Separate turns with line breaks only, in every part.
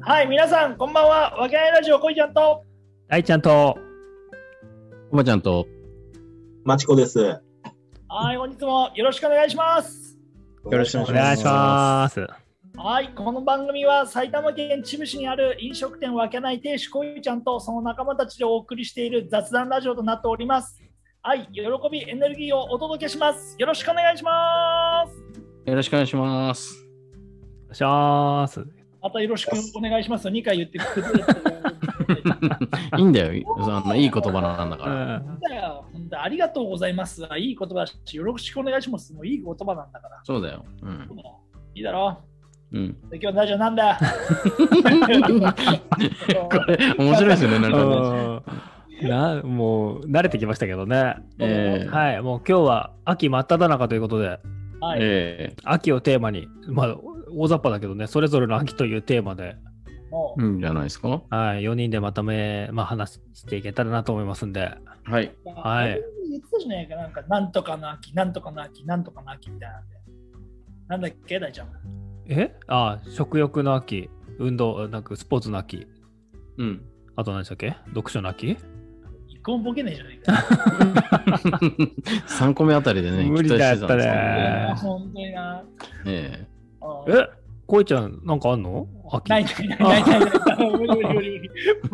はい、皆さん、こんばんは。わけあいラジオ、こいちゃんと。
大ちゃんと、
おばちゃんと、
まちこです。よ
はい、本日もよろしくお願いします。
ろしくお
お願いします。
はい、この番組は埼玉県秩父市にある飲食店わけない亭主こいちゃんとその仲間たちでお送りしている雑談ラジオとなっております。はい、喜び、エネルギーをお届けします。よろしくお願いします。
よろしくお願いします。
お願いします。
またよろしくお願いします。2回言ってくれて
いいんだよ、あのいい言葉なんだから。
ん。
だよ。本当ありがとうございます。いい言葉だし、よろしくお願いします。もういい言葉なんだから。
そうだよ。うん。
いいだろ
うん、
う。で今日のラジオなんだ
これ、面白いです よね、なんかね。
うんなもう慣れてきましたけどね。
えー
はい、もう今日は秋真っ只中ということで、
はい。
え
秋をテーマに、まあ大雑把だけどね、それぞれの秋というテーマで、
も
えうん、じゃないですか。
はい、4人でまとめ、まあ、話していけたらなと思いますんで、
はい。
う、
はい
言ってたじゃないか、なんか、なんとかの秋、なんとかの秋、なんとかの秋みたいなんで。なんだっけ、大ちゃん。
えあ食欲の秋、運動、なんかスポーツの秋、
うん。
あと何でしたっけ読書の秋
一個もボケないじゃないか。
3個目あたりでね、
無理だ
期待してたんですけど
えー
本当にな。
え
うん
えこいちゃん、なんかあんの秋。
ないないないないないない。無理無理無理無理無理無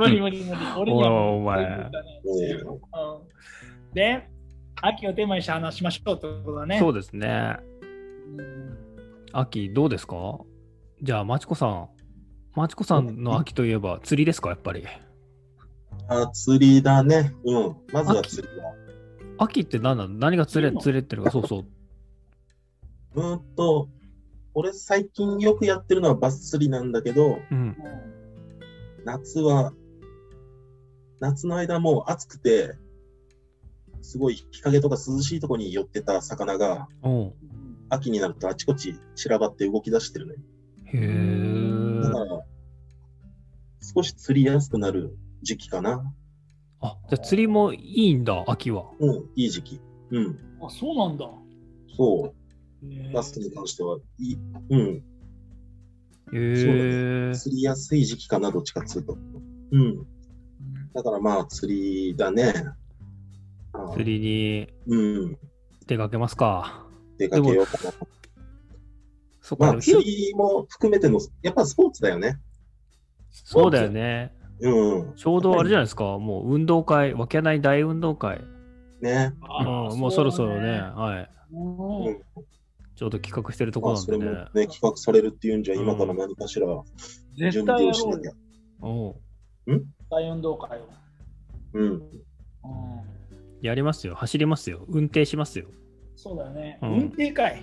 理無理無理。俺にはもう
おいお前
無理だねうんで、秋をテーマにして話しましょうってことだね。
そううですね。
ん
秋、どうですかじゃあ、まちこさん。まちこさんの秋といえば釣りですか、やっぱり。
あ、釣りだね。うん。まずは釣りだ。
秋って何なの何が釣れ釣れてるか、そうそう。
うーんと、俺最近よくやってるのはバス釣りなんだけど、
う
う
ん。
ん
夏は、夏の間もう暑くて、すごい日陰とか涼しいとこに寄ってた魚が、
おう
秋になるとあちこち散らばって動き出してるね。
へえ
だ。から、少し釣りやすくなる時期かな。
あ、じゃあ釣りもいいんだ、秋は。
うん、いい時期。うん。
あ、そうなんだ。
そう。
へー
バスに関しては、いい、うん、
へえ。
釣りやすい時期かな、どっちかっつうと。うん。だからまあ、釣りだね。ああ
釣りに
うん。
出かけますか。
出かけようかな。
そっ
ま
か、
あ、
ひろ
釣りも含めての、やっぱスポーツだよね。
そうだよね。
うん。
ちょうどあれじゃないですか、もう運動会、わけない大運動会。
ね。
うん、もうそろそろね、。はい。
うん
うん
ちょうど企画してるとこ
ま
ろな
あ、
ん
それ
で
も
ね。
ね、企画されるっていうんじゃ、今から何かしら
絶
準
対
備
や
をし
ろ
な
う
き
よ
ゃ。。
おう
大運動会を。
うん。
うん
やりますよ、走りますよ、運転しますよ。
そうだよね。
うん
運転会。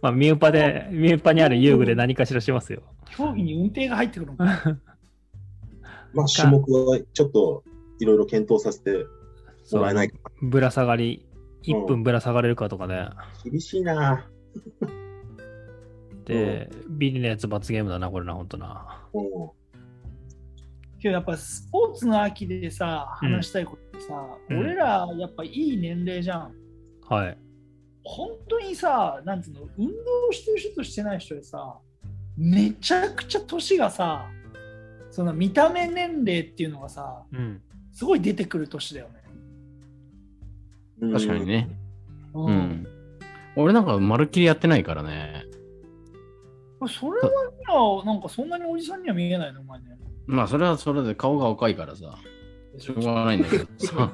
まあ、ミューパで、ミューパにある遊具で何かしらしますよ。
競技に運転が入ってくるのか。
まあ、種目はちょっと、いろいろ検討させて
そ
もらえな
う
いか。
ぶら下がり、1分ぶら下がれるかとかね。
厳しいな。
で、ビリのやつ罰ゲームだな、これな、ほんとな。
うん。
けどやっぱスポーツの秋でさ、
うん
話したいことってさ、
うん
俺らやっぱいい年齢じゃん。
はい。
本当にさ、なんつうの、運動してる人としてない人でさ、めちゃくちゃ年がさ、その見た目年齢っていうのがさ、
うん。
すごい出てくる年だよね。
うん
確かに。ね。
う
うん。俺なんか、まるっきりやってないからね。
それはなんかそんなにおじさんには見えないの、お前ね。
まあ、それはそれで顔が赤いからさ、しょうがないんだけど さ。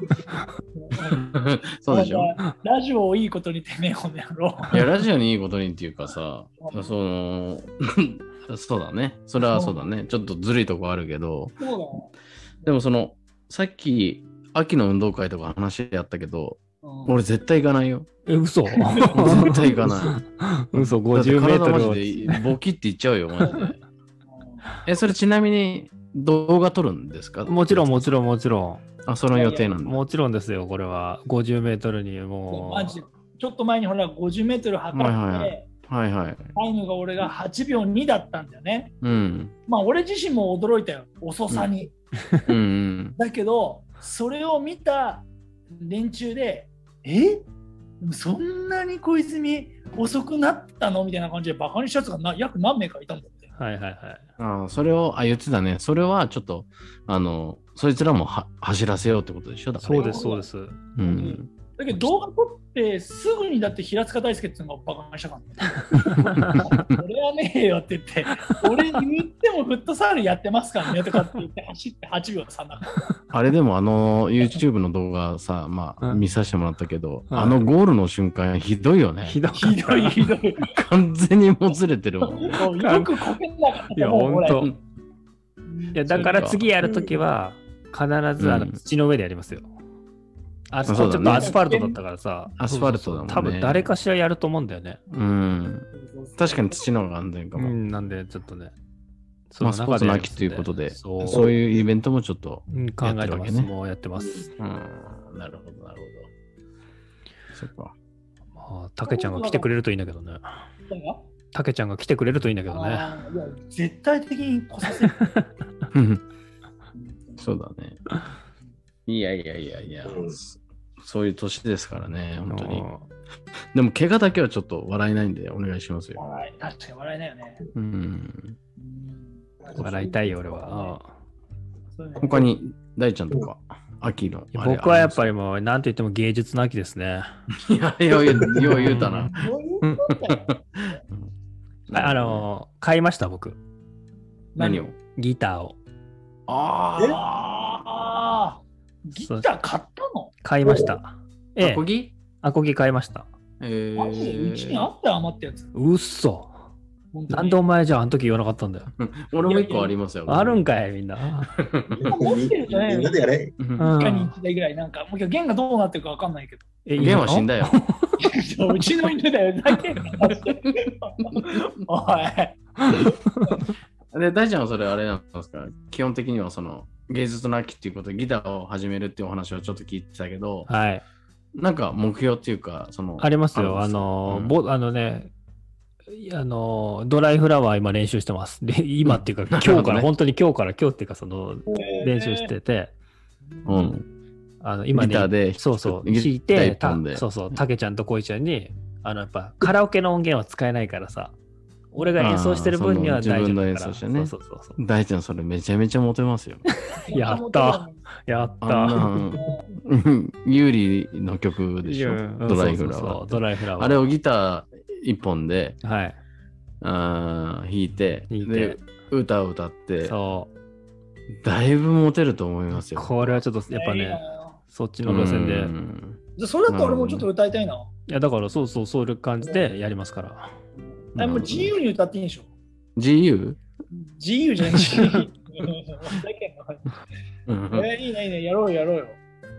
そうで しょ
お。前ラジオをいいことにてめえ、この野郎。
いや、ラジオにいいことにっていうかさ
うん、
その、 そうだね。それはそうだね。ちょっとずるいとこあるけど、
そうだよ。
でもその、さっき、秋の運動会とか話やったけ
う
ど、
ん
俺絶対行かないよ。
え、嘘
絶対行かな い。
嘘、
だって
50メート
体マ
ルを。
ジでボキっていっちゃうよ、マジで。え、それちなみに動画撮るんですか
もちろん、も
ち
ちろん、もちろ
ろん。あ、その予定なん
ん。
だ。
もちろんですよ、これは。50メートルにもう。
マジでちょっと前にほら 50m 測って、
はいはいはいはいはい。
タイムが俺が8秒2だったんだよね。
うん。
まあ俺自身も驚いたよ、遅さに。
うんうん。
だけど、それを見た連中で、えでもそんなに小泉遅くなったのみたいな感じでバカにしたやつがな約何名かいたんだって。
はいはいはい。
ああ、それを、あ、言ってたね。それはちょっと、あの、そいつらもは走らせようってことでしょだから
そうです、そうです。
うん。
だけど動画撮ってすぐにだって平塚大輔っていうのがバカにしたからね。 俺はねえよって言って、俺言ってもフットサルやってますからねとかって言って走って8秒3だか
あれでもあの YouTube の動画さ、まあ、
うん
見させてもらったけど、
はい
あのゴールの瞬間ひどいよね
ひ。どかっ
ら。ひどいひど い。
完全にもつれてるもん。
よくこけなかった
いや、
と思う
本
俺
当。
う
いや、だから次やるときは、必ずあ
う
の
ん
土の上でやりますよ。あそ
そう
こ
だね
ちょっとアスファルトだったからさ。
アスファルトだもんね
多分誰かしらやると思うんだよね。
うん。確かに土の方が安全か
う
も。
ん、なんで、ちょっとね。
まあ、ス
そ
ポ
中でや
ーツの
りま
秋
すん
ということで、
そ
そうういうイベントもちょっと。
うん、考
や
え
って
て
るわ
ま
け
す。
ね
もうやってます。
うん、なるほど、なるほど。そっか。
まあ、たけちゃんが来てくれるといいんだけどね。
だよ
たけちゃんが来てくれるといいんだけどね。
あーいや絶対的に来させる。
そうだね。いやいやいやいや、
うん
そそういう年ですからね、本当
あ。
に
の
でも、怪我だけはちょっと笑えないんで、お願いしますよ。
笑い確かに笑えないよね。
うん、
うん
笑いたいよ、俺は。うん
そうね
他に、大ちゃんとか、秋の
いや。僕はやっぱ
り。
りもう、なんと言っても芸術の秋ですね。
いや、よう言うよう言うたな。
どういうことだよ
ああ、の、買いました、僕。
何を
ギターを。
あ
ああ、ギター買ったの
買いました。
え
ええ
アコ、ギ
アコギ買いました。
え
マジでうちにあ
ー、
ったよ、余ったやつ。
うっそ。
本当に
なんでお前じゃあ、あの時言わなかったんだよ。
俺も一個ありますよ。
あるんかい、みんな。
持ってるんじゃない
みんなでやれ。
う。
うん
一回に
ん
1台ぐらい、なんか、もう今日弦がどうなってるかわかんないけ ど。
えいいの
弦は死んだよ。
そううちの犬だよ、だ け。おい。
で、大ちゃんはそれあれなんですか基本的にはその芸術の秋っていうことでギターを始めるっていうお話をちょっと聞いてたけど、
はい。
なんか目標っていうか、その。
あります
るん
よ。
で
あの、
うん
ぼあのね、いあの、ドライフラワー今練習してます。で今っていうか、今日
なるほ
か
ど
ら、
ね
本当に今日から今日っていうか、その、練習してて、
うん。
あの、今ね
ギターで弾く
そうそう、
ギ
弾い
ギター
て、
一
た
本で
そうそう、たけちゃんとこいちゃんに、あの、やっぱ、カラオケの音源は使えないからさ、俺が演奏してる分には
あーその
大丈夫だから。
自分の演奏してね
そうそうそうそう。
大ちゃんそれめちゃめちゃモテますよ。
やったやっ
あ
た
んなうん有利の曲でしょ、
うん
ドライフラ
そうそうそ
ワー
う
って
ド。ライフラワー。
あれをギター一本で
はい。
あー弾いて
弾いて
で、歌を歌って、
そ。
だいぶモテると思いうますよ。
これはちょっと、やっぱ
いいな
ね、そっちの路線で。
うん
じゃあそれだったら俺もちょっと歌いたいな。
いや、だから、そうそう、そういう感じでやりますから。
あもう自由に歌っていいんでしょ
GU?
自由じゃないし。だけ
う ん
どえーいいね、いいね、やろうよやろうよ。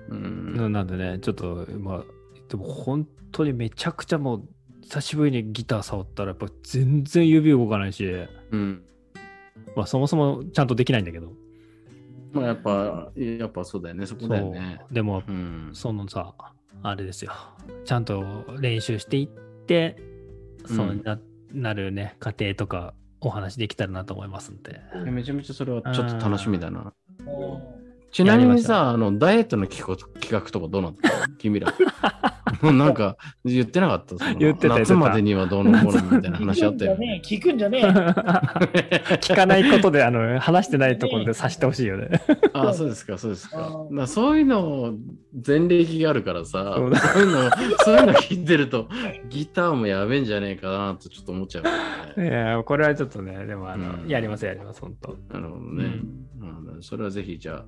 うん
うんなんでね、ちょっと、まあ、でも本当にめちゃくちゃもう、久しぶりにギター触ったら、やっぱ全然指動かないし、
うん
まあ、そもそもちゃんとできないんだけど。
まあやっぱ、やっぱそうだよね、そこだよね。
でも、
うん。
そのさ、あれですよ。ちゃんと練習していって、そう
うん
な,、なるね、過程とかお話できたらなと思いますんで。
めちゃめちゃそれはちょっと楽しみだな。
うん
ちなみ
やり
に
ましょう
さ、あの、ダイエットの企画企画とかどうなった の君ら。もうなんか、言ってなかった。その
言ってた言ってた
夏までにはどうのこうのみたいな話あっ たよ ね。
聞くんじゃねえ。聞くんじゃね
聞かないことで、あの、話してないところで察してほしいよね。
ああ、そうですか、そうですか。だ
あ
か
ー
らそういうの、前歴があるからさ、そ
そうう
いうの、そういうの聞いてると、ギターもやべえんじゃねえかなとちょっと思っちゃうよ
い
ね。
や、これはちょっとね、でも、あの、
うん
やりますやります、本当。
なるほどね。うんそれはぜひ、じゃあ、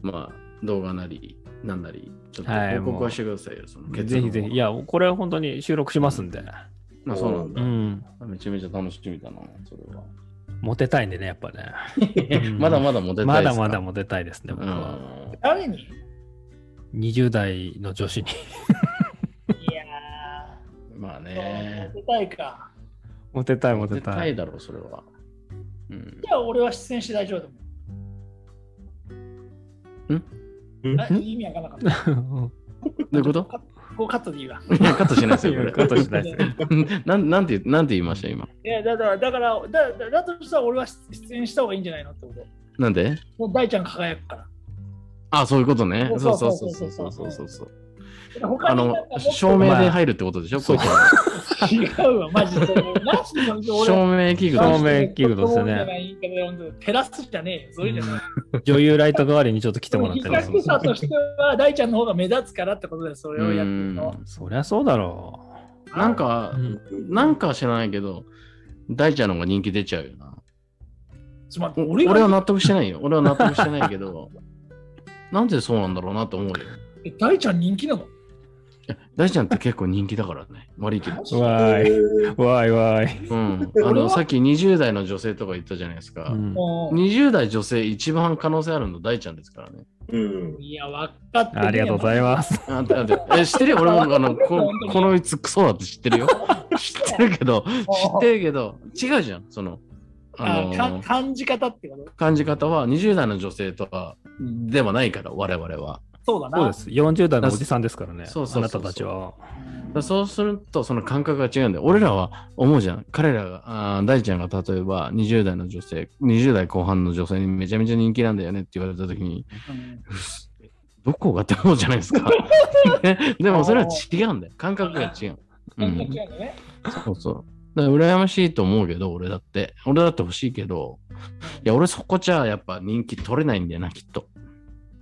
まあ、動画なり、なんなり、ちょっと
はい
報告はしてくださいよ。その
ぜひぜひ。い。や、これは本当に収録しますんで。
まあ、そうなんだ
う。ん。
めちゃめちゃ楽しみだな、それは。
モテたいんでね、やっぱ ね。うん
まだまだモテたいですか
まだまだモテたいですね、
う
僕は。
ん
え。誰 にい
20代の女子に。
や
まあ
ー、え
ね。
たいか。
モテたい、モ
モ
テ
テ
た
た
い
い。だろう、それは。うん
じゃあ俺は出演して大丈夫だもん。
うん
あ意味わかんなかった。
どういうこと
こうカットでいいわ。
いやカットしないです
そう
よ、
いう
これ。
ことしないですね。
なんなんて言うなんて言いました、今。
いやだからだからだだだとしたら俺は出演した方がいいんじゃないのってこと。
なんで
もう大ちゃん輝くから。
あ、そういうことね。
そ
そう
そ
うそう
そ
うそううそうそうそうそう。
他
あ
に
の
なんかもっ、と
照明で入るってことでしょ、
そう
こいつは
違うわ、マジで。マジで
照明器具だ
照明器具ですよね
ね。照らすじゃねえよ、それじゃない。
女優ライト代わりにちょっと来てもらっ
比
たり
較者としては、大ちゃんの方が目立つからってことで、それをやってるの。
そりゃそうだろ
なんか
う、、
なんか知らないけど、大ちゃんの方が人気出ちゃうよな。
つまり
お俺は納得してないよ。俺は納得してないけ ど、なんでそうなんだろうなと思うよ。
え大ちゃん人気なの
大ちゃんって結構人気だからね。悪いけど。
うわーい
えー
わーいわーい、
うん。
俺は
あの、さっき20代の女性とか言ったじゃないですか。
うん
もう
20代女性一番可能性あるの大ちゃんですからね。
うん。
いや、分かってるやん
ありがとうございます
あだってえ知っ てるよ俺もあのこ
本当に
このいつクソだって知っ てるよ。知ってるけど、知ってるけど、違うじゃん。その、あの
あか感じ方ってこと
感じ方は20代の女性とかではないから、我々は。
そうだな。
そうです40代のおじさんですからね
そうそうそうそ
あ
う
なたたちは
だからそうすると、その感覚が違うんだよ。俺らは思うじゃん。彼らが、あー大ちゃんが例えば20代の女性、20代後半の女性にめちゃめちゃ人気なんだよねって言われたときに、
うん
うっすどこがって思うじゃないですか。ねでもそれは違うんだよ。感覚が違う。う
感
ん
覚、違うのね。
そうそう。だから羨ましいと思うけど、俺だって。俺だって欲しいけど、いや、俺そこじゃやっぱ人気取れないんだよな、きっと。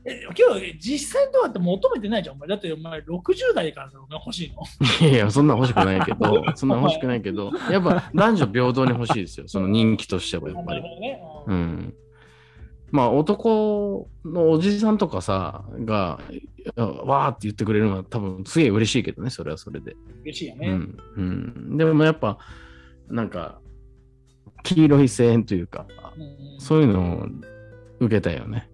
え今日実際とかって求めてないじゃん、お前。だってお前60代からだろうな、欲しいの。
いやいや、そんなん欲しくないけど、そんなん欲しくないけど、やっぱ男女平等に欲しいですよ。その人気としてはやっ
な
ぱ
る
り
ほ。どね。
う
うん
ん。まあ男のおじさんとかさ、が、いやわーって言ってくれるのは多分すげえ嬉しいけどね、それはそれで。
嬉しいよ
う
ね。
ん。うん、でもやっぱ、なんか、黄色い声援というか、
うん
そういうのを受けたよね。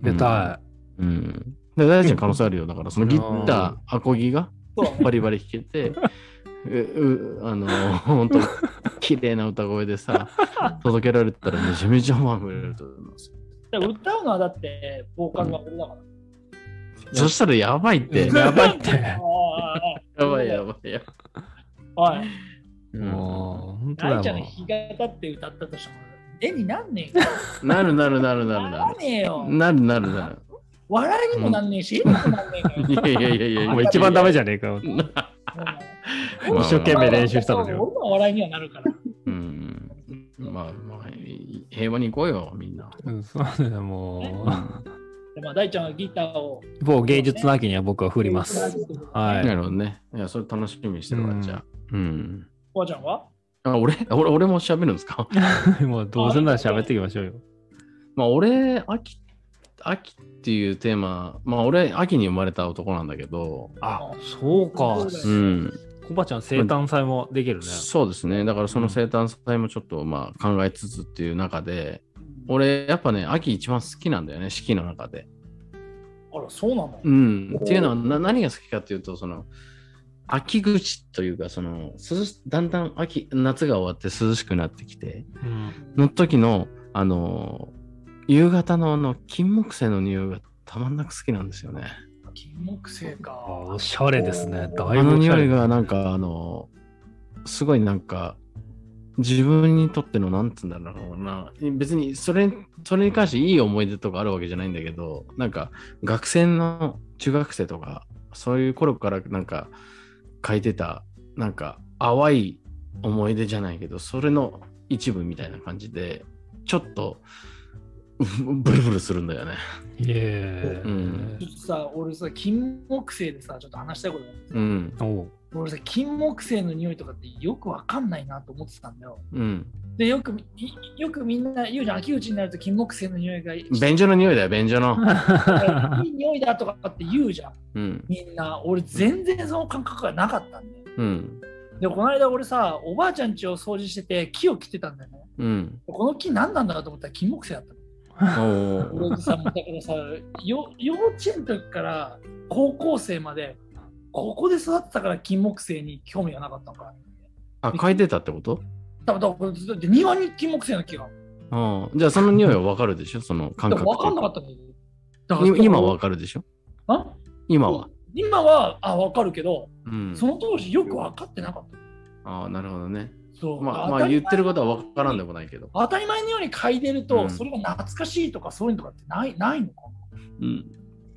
出た
うん。で大ちゃん可能性あるよ。だからそのギター、アコギが
そうだね
バリバリ弾けて、ううあの、本当綺麗な歌声で さ、届けられたらめちゃめちゃファン増えると思います。
だから歌うのはだって、ボーカルが俺だから。
そしたらやばいっ
い、
て。
やばいって
やばいやばいやば
おいおいおい。
い。
もう本当
大ち
だ
ゃん
も
の
ん
弾き語って歌ったとしても、絵になんねえから。
なるなるなるなる
な
な
ら
る。
ねえよ。
なるなるなる。
笑いにもなんねえし、絵にもなんねえから。
いやいやいやいや。
もう一番ダメじゃねえかよ
うん
一生懸命練習したのに
俺の笑いにはなるから。
うん。まあまあ、い平和に行こうよ、みんな。
うんそうだよも
でまあ、大ちゃんはギターを
う某芸術の秋には僕は振ります。は
ないるほどね。いや、それ楽しみにしてるわ、じゃあ。うん。
おばちゃんは
あ、俺、俺、俺も喋るんですか
もうどうせなら喋っていきましょうよ
まあ、俺、秋、秋っていうテーマ、まあ、俺、秋に生まれた男なんだけど、
あそうか
うん。
コバちゃん生誕祭もできるね
そうですね。だからその生誕祭もちょっとまあ考えつつっていう中で、俺やっぱね、秋一番好きなんだよね、四季の中で。
あら、そうなんだ。
うん。っていうのはな何が好きかっていうと、その、秋口というか、その、涼しだんだん秋、夏が終わって涼しくなってきて、
うん
の時の、あの、夕方のあの、金木犀の匂いがたまんなく好きなんですよね。
金木犀
あ
か。
おしゃれですねだいぶ
あの
おしゃ
匂い
れ
がなんかあのすごいなんか自分にとってのなんつうんだろうな別にそれそれに関していい思い出とかあるわけじゃないんだけどなんか学生の中学生とかそういう頃からなんか書いてたなんか淡い思い出じゃないけどそれの一部みたいな感じでちょっとうブルブルするんだよね。
いえ
うん
ちょっとさ、俺さ、金木犀でさ、ちょっと話したいことがあって
うん
おう
俺さ、金木犀の匂いとかってよくわかんないなと思ってたんだよ。
うん。
で、よく、いよくみんな言うじゃん、秋口になると金木犀の匂いがいい
便所の匂いだよ便所の。
い匂いだとかって言うじゃん、
うん
みんな。俺、全然その感覚がなかったんだよ。
うん
で、この間俺さ、おばあちゃん家を掃除してて、木を切ってたんだよね。
うん。
この木何なんだろうと思ったら金木犀だったの。
おー
俺さ、もうだからさ、よ幼稚園の時から高校生まで、ここで育ってたから金木犀に興味がなかったのか。
あ、嗅いでたってこと
多分だからこれずっと庭に金木犀の木が。
ああじゃあその匂いはわかるでしょその感
だか
覚
ら分かんなかったんだよ。だ
い今はわ
か
かるでしょ
あ
今は。
今はあ分かるけど、
うん。
その当時よく分かってなかった。
ああ、なるほどね。
そう
まあ、
当
ま
た
あ、
り
言ってることはわからんでもないけど。
当たり前のように嗅いでると、
うん
それが懐かしいとかそういうのとかってないないのか
うん。
な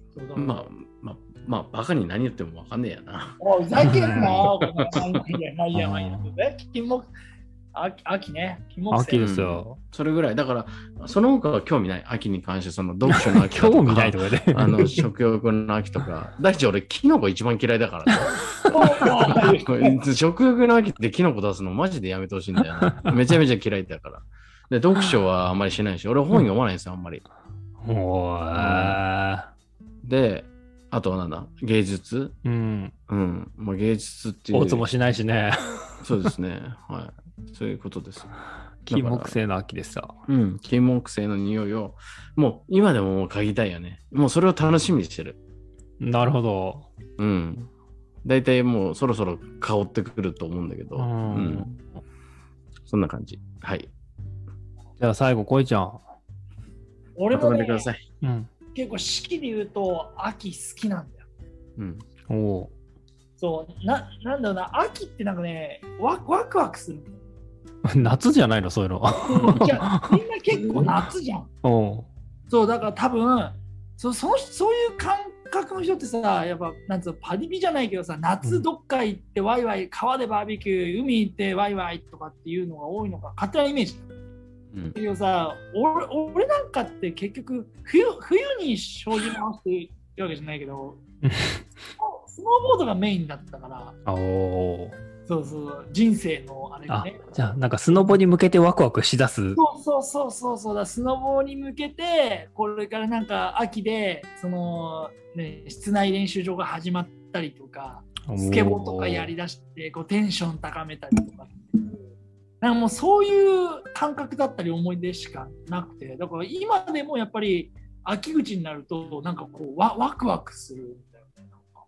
そうだから
まあ、まあ、まあ、バカに何言ってもわかんねえやな。
おいふざけんなよ。まあいいや、まあいいや、まあいいや。え金木、秋秋ね。金木犀
秋ですよ。
それぐらい。だから、その他は興味ない。秋に関して、その読書の 秋とか。
興味ないとかね。
あの、食欲の秋とか。大地、俺、キノコ一番嫌いだからね。
そうそう
これ食欲の秋ってキノコ出すのマジでやめてほしいんだよな。めちゃめちゃ嫌いだから。で、読 書はあんまりしないし、俺本読まないんですよ、あんまり。
おー
で、あとはなんだ芸術
うん。
うん。まあ、芸術っていう。
大津もしないしね。
そうですね。はい。そういうことです。
金木犀の秋でさ。
うん。金木犀の匂いを、もう今でももう嗅ぎたいよね。もうそれを楽しみにしてる。
なるほど。
うん。大体もうそろそろ香ってくると思うんだけど、
うん
そんな感じ。はい。
じゃあ最後、こいちゃん。
俺
まと
も、
め
ね
てく、ださい。
うん。
結構四季で言うと秋好きなんだよ。
うん。
おお
そうな、なんだろうな、秋ってなんかね、ワワクワクする。
ー。 夏じゃないの、そういうの。
じゃあみんな結構夏じゃん。
お お
そう、だから多分、そそのそういう感覚の人ってさ、やっぱ、なんつうの、パリピじゃないけどさ、夏どっか行ってワイワイ、川でバーベキュー、海行ってワイワイとかっていうのが多いのが勝手なイメージ。
うん
だけどさ俺俺なんかって結局冬冬に障子回してるわけじゃないけど
うん
スノーボードがメインだったから
ー。おー
そうそう人生のあれが
あ
ね、
じゃあ、なんかスノボに向けてワクワクしだす。
そうそうそうそうそうだスノボーに向けてこれからなんか秋でその、ね、室内練習場が始まったりとかスケボーとかやりだしてこうテンション高めたりとか。なんかもうそういう感覚だったり思い出しかなくてだから今でもやっぱり秋口になるとなんかこうワワクワクするんだよねなんか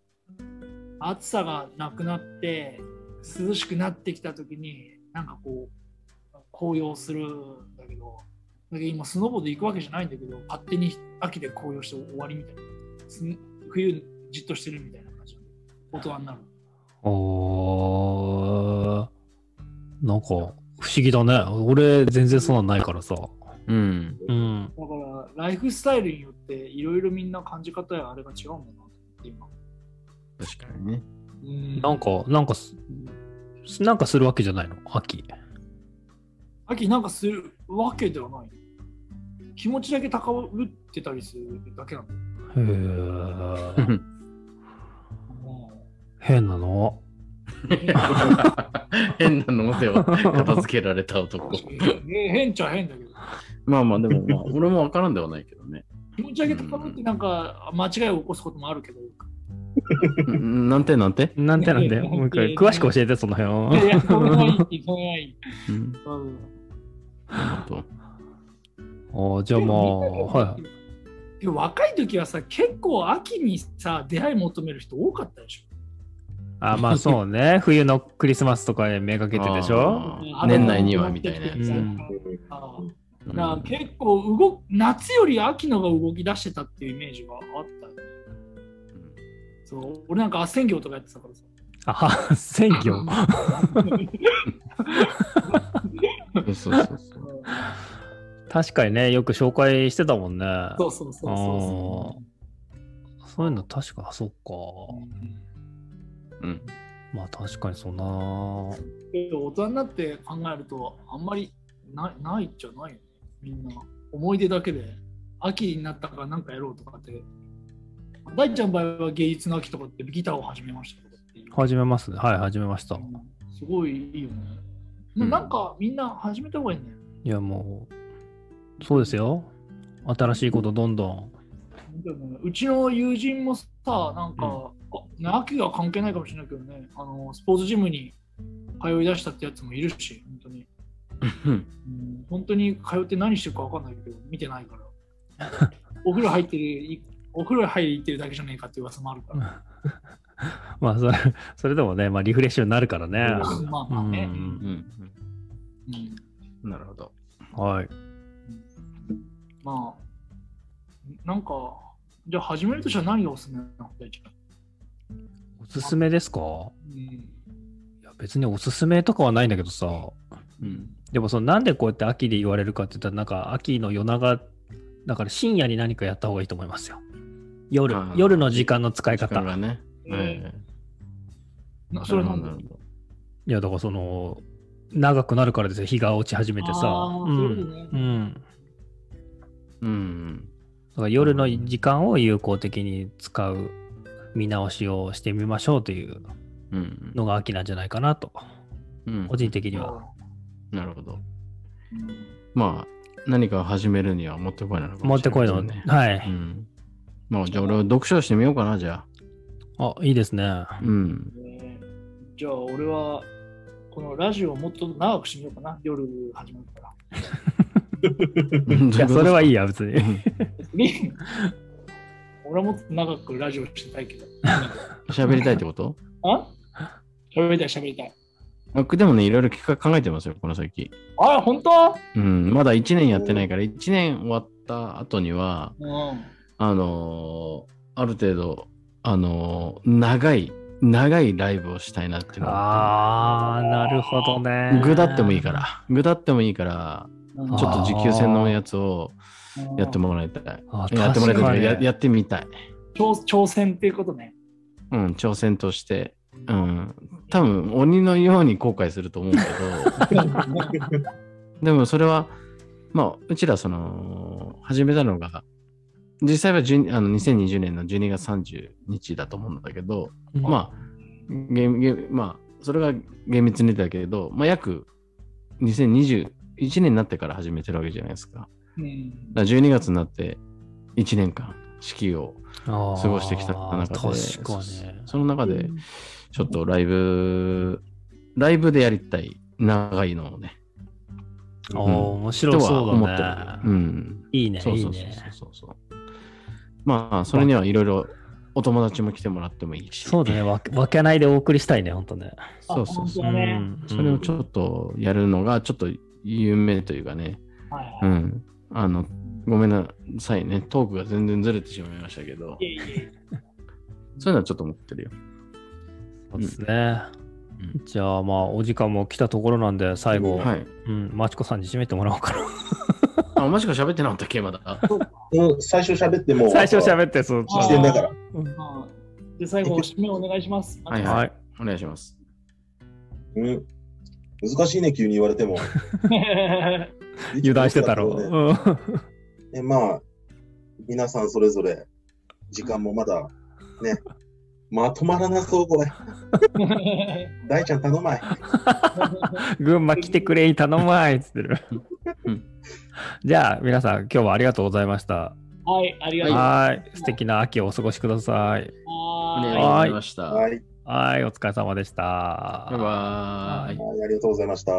暑さがなくなって涼しくなってきた時になんかこう紅葉するんだけどだけど今スノボで行くわけじゃないんだけど勝手に秋で紅葉して終わりみたいなす冬じっとしてるみたいな感じ大人になる。
おおー。なんか、不思議だね。俺、全然そんなんないからさ。
うん。
うん。
だから、ライフスタイルによって、いろいろみんな感じ方やあれが違うもんなって今。
確かにね。
うん
なんか、なんかす、なんかするわけじゃないの秋。
秋なんかするわけではない。気持ちだけ高ぶってたりするだけなの。
へー
う
変なの。
変なのでは片付けられた男。
んえ変っちゃ変だけど。
まあまあ、で もまあ、俺もわからんではないけどね。
気持ちだけ高ぶって、なんか間違いを起こすこともあるけど。
うんなんてなんて、
なんてなんで、もう一回、詳しく教えて、その
いやい
辺
や、それはいい、それはいい。
うん、
うん
あと
を。あーじゃあまあ、はい。。
でも若い時はさ、結構秋にさ、出会い求める人多かったでしょ。
あまあそう ね。冬のクリスマスとかへめがけてでしょ
あー年内にはみたいなや
う
つ。
ん
あー
うん
だから結構動く夏より秋のが動き出してたっていうイメージがあったよね、そう俺なんか斡旋業とかやってたからさ
あ は、選挙。
そうそうそうそう。
確かにね、よく紹介してたもんね。
そうそうそうそうそ
そういうの確か、あそっ
う
か。
うん
うん。
まあ確かにそうな。
けど大人になって考えるとあんまりないないっちゃないよねみんな思い出だけで秋になったからなんかやろうとかって大ちゃんの場合は芸術の秋とかってギターを始めましたとかっていう
始めますね。はい、始めました。
すごいいいよね、
うん
なんかみんな始めた方がいいね
いやもう、そうですよ。新しいことどんどん。
でもねうちの友人もさ、なんか、あ秋が関係ないかもしれないけどね、あのスポーツジムに通い出したってやつもいるし、本当に。うん本当に通って何してるか分かんないけど、見てないから。 お風呂入ってる、いお風呂入り行ってるだけじゃねえかって噂もある から。
まあそれ、それでもね、まあリフレッシュになるからね。
まあまあね。
うん
うん。
うん
なるほど。
はい。
まあ、なんか、じゃあ始めるとしたら何がおすすめなの大ちゃん
おすすめですか
うん
いや別におすすめとかはないんだけどさ。
うん。
でもそのなんでこうやって秋で言われるかって言ったらなんか秋の夜長だから深夜に何かやった方がいいと思いますよ。夜
あー
夜の時間の使い
時間
方
がね。
うん
ええ
それなんだ
な
ろう
るほど
いやだからその長くなるからですよ日が落ち始めてさ
あー
うん
そういうことね
うん、だ
うん。
から夜の時間を有効的に使う見直しをしてみましょうという
うん。
のが秋なんじゃないかなと
うん
個人的には
なるほど。
うん
まあ、何かを始めるにはもってこいなのか
持
も
っ
しれ
て
な
こ
い
い
です
のね
ね。
は
う
い、
ん。まあ、じゃあ俺は読書をしてみようかな、じゃ
あいいです ね
あ。うん。
ねじゃあ俺はこのラジオをもっと長くしてみようかな夜始まるから
いやそれはいい
や。
や別
う
に
ん
別に俺はもっと長くラジオしてたいけど
喋りたいってこと
あ喋りたい喋りたい
僕でもね、いろいろ企画考えてますよ、この先。
あ本当
うん。まだ1年やってないから、1年終わった後には、
うん
あのーある程度、あのー長い、長いライブをしたいなっていうのが
あ
あっ
あなるほど
て
ね
具だってもいいから、具だってもいいから、
うん
ちょっと持久戦のやつをやってもらいたい。
あー
やってもらい
確
たいというか
か
や
に
やってみたい。
挑挑戦っていうこと ね
うん、挑戦として。うん、多分鬼のように後悔すると思うけどでもそれはまあうちらその始めたのが実際は10あの2020年の12月30日だと思うんだけど、まあ、げげまあ、それが厳密にだけど、まあ、約2021年になってから始めてるわけじゃないですか。だか
うん
ら12月になって1年間、式を
あー
過ごしてきた中で、
確かに
そその中で、ちょっとライブ、ライブでやりたい、長いのをね、
あー
うん
面白
とは
そう
思って
だね、
る。うん。
いいね
そう
いい
そうそう
ね
そうそう。まあ、それにはいろいろお友達も来てもらってもいいし、
そうだね、わわけないでお送りしたいね、本当ね。
そうそうそう
あ本当だね
うん
それをちょっとやるのが、ちょっと夢というかね、
はいうは
ん。あの、ごめんなさいね、トークが全然ずれてしまいましたけど
い、いえいえ
そういうのはちょっと思ってるよ。
そうですね。じゃあ、まあ、お時間も来たところなんで、最後、
はい。
うん、まちこさんに締めてもらおうかな。
あ、もしか喋ってなかったっけ、まだ。
うん、最初喋っても、
最初喋って、そう。
あ
自
ー
然だから。
まあで最後締めお願いします
はい
は
はいい。お願いします。
うん。難しいね、急に言われても。
油断してたろう。うん
ね、まあ、皆さんそれぞれ、時間もまだ、ね、まとまらなそう、これ。大ちゃん頼まい。
群馬来てくれ、頼まいっつってる
うん。
じゃあ、皆さん、今日はありがとうございました。
はいありがとうござい
はーい。素敵な秋をお過ごしください。
お願い
ます
は
が
い
といました。
は
バイ
い。
はい、お疲れ様でした。
バーイ。
はい、ありがとうございました。